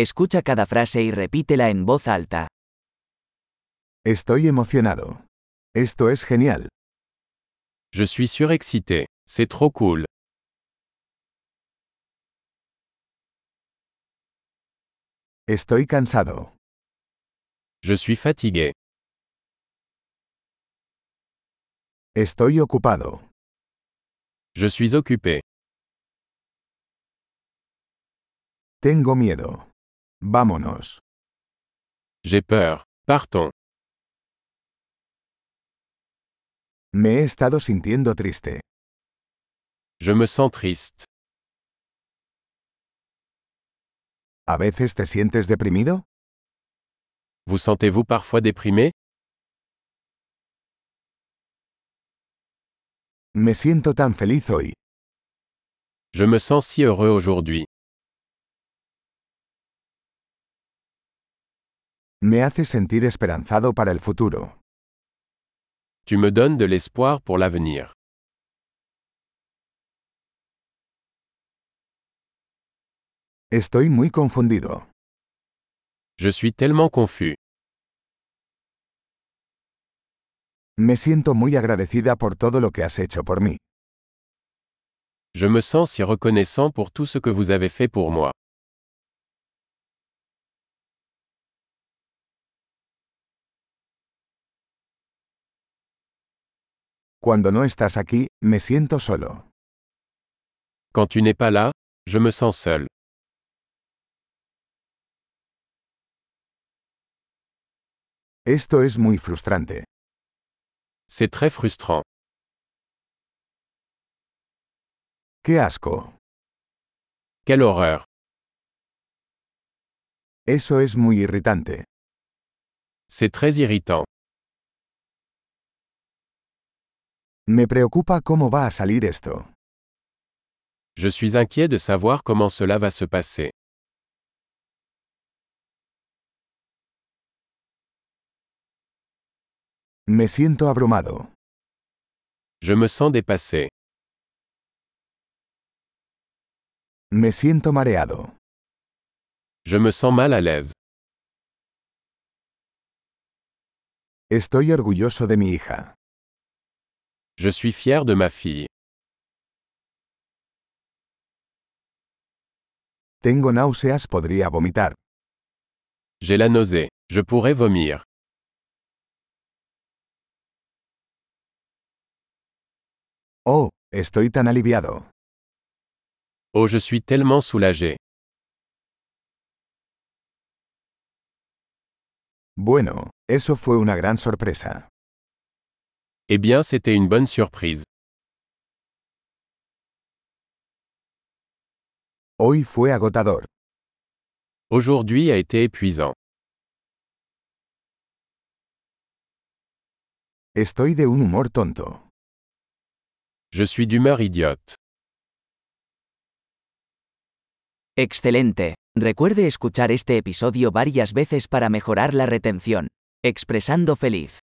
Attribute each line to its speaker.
Speaker 1: Escucha cada frase y repítela en voz alta.
Speaker 2: Estoy emocionado. Esto es genial.
Speaker 3: Je suis surexcité. C'est trop cool.
Speaker 2: Estoy cansado.
Speaker 3: Je suis fatigué.
Speaker 2: Estoy ocupado.
Speaker 3: Je suis occupé.
Speaker 2: Tengo miedo. Vámonos.
Speaker 3: J'ai peur. Partons.
Speaker 2: Me he estado sintiendo triste.
Speaker 3: Je me sens triste.
Speaker 2: ¿A veces te sientes deprimido?
Speaker 3: Vous sentez-vous parfois déprimé
Speaker 2: Me siento tan feliz hoy.
Speaker 3: Je me sens si heureux aujourd'hui.
Speaker 2: Me hace sentir esperanzado para el futuro.
Speaker 3: Tu me donnes de l'espoir pour l'avenir.
Speaker 2: Estoy muy confundido.
Speaker 3: Je suis tellement confus.
Speaker 2: Me siento muy agradecida por todo lo que has hecho por mí.
Speaker 3: Je me sens si reconnaissant pour tout ce que vous avez fait pour moi.
Speaker 2: Cuando no estás aquí, me siento solo.
Speaker 3: Quand tu n'es pas là, je me sens seul.
Speaker 2: Esto es muy frustrante.
Speaker 3: C'est très frustrant.
Speaker 2: ¡Qué asco!
Speaker 3: Quelle horreur.
Speaker 2: Eso es muy irritante.
Speaker 3: C'est très irritant.
Speaker 2: Me preocupa cómo va a salir esto.
Speaker 3: Je suis inquiet de savoir comment cela va se passer.
Speaker 2: Me siento abrumado.
Speaker 3: Je me sens dépassé.
Speaker 2: Me siento mareado.
Speaker 3: Je me sens mal à l'aise.
Speaker 2: Estoy orgulloso de mi hija.
Speaker 3: Je suis fier de ma fille.
Speaker 2: Tengo náuseas, podría vomitar.
Speaker 3: J'ai la nausée. Je pourrais vomir.
Speaker 2: Oh, estoy tan aliviado.
Speaker 3: Oh, je suis tellement soulagé.
Speaker 2: Bueno, eso fue una gran sorpresa.
Speaker 3: Eh bien, c'était une bonne surprise.
Speaker 2: Hoy fue agotador.
Speaker 3: Aujourd'hui a été épuisant.
Speaker 2: Estoy de un humor tonto.
Speaker 3: Je suis d'humeur idiote.
Speaker 1: Excelente. Recuerde escuchar este episodio varias veces para mejorar la retención. Expresando feliz.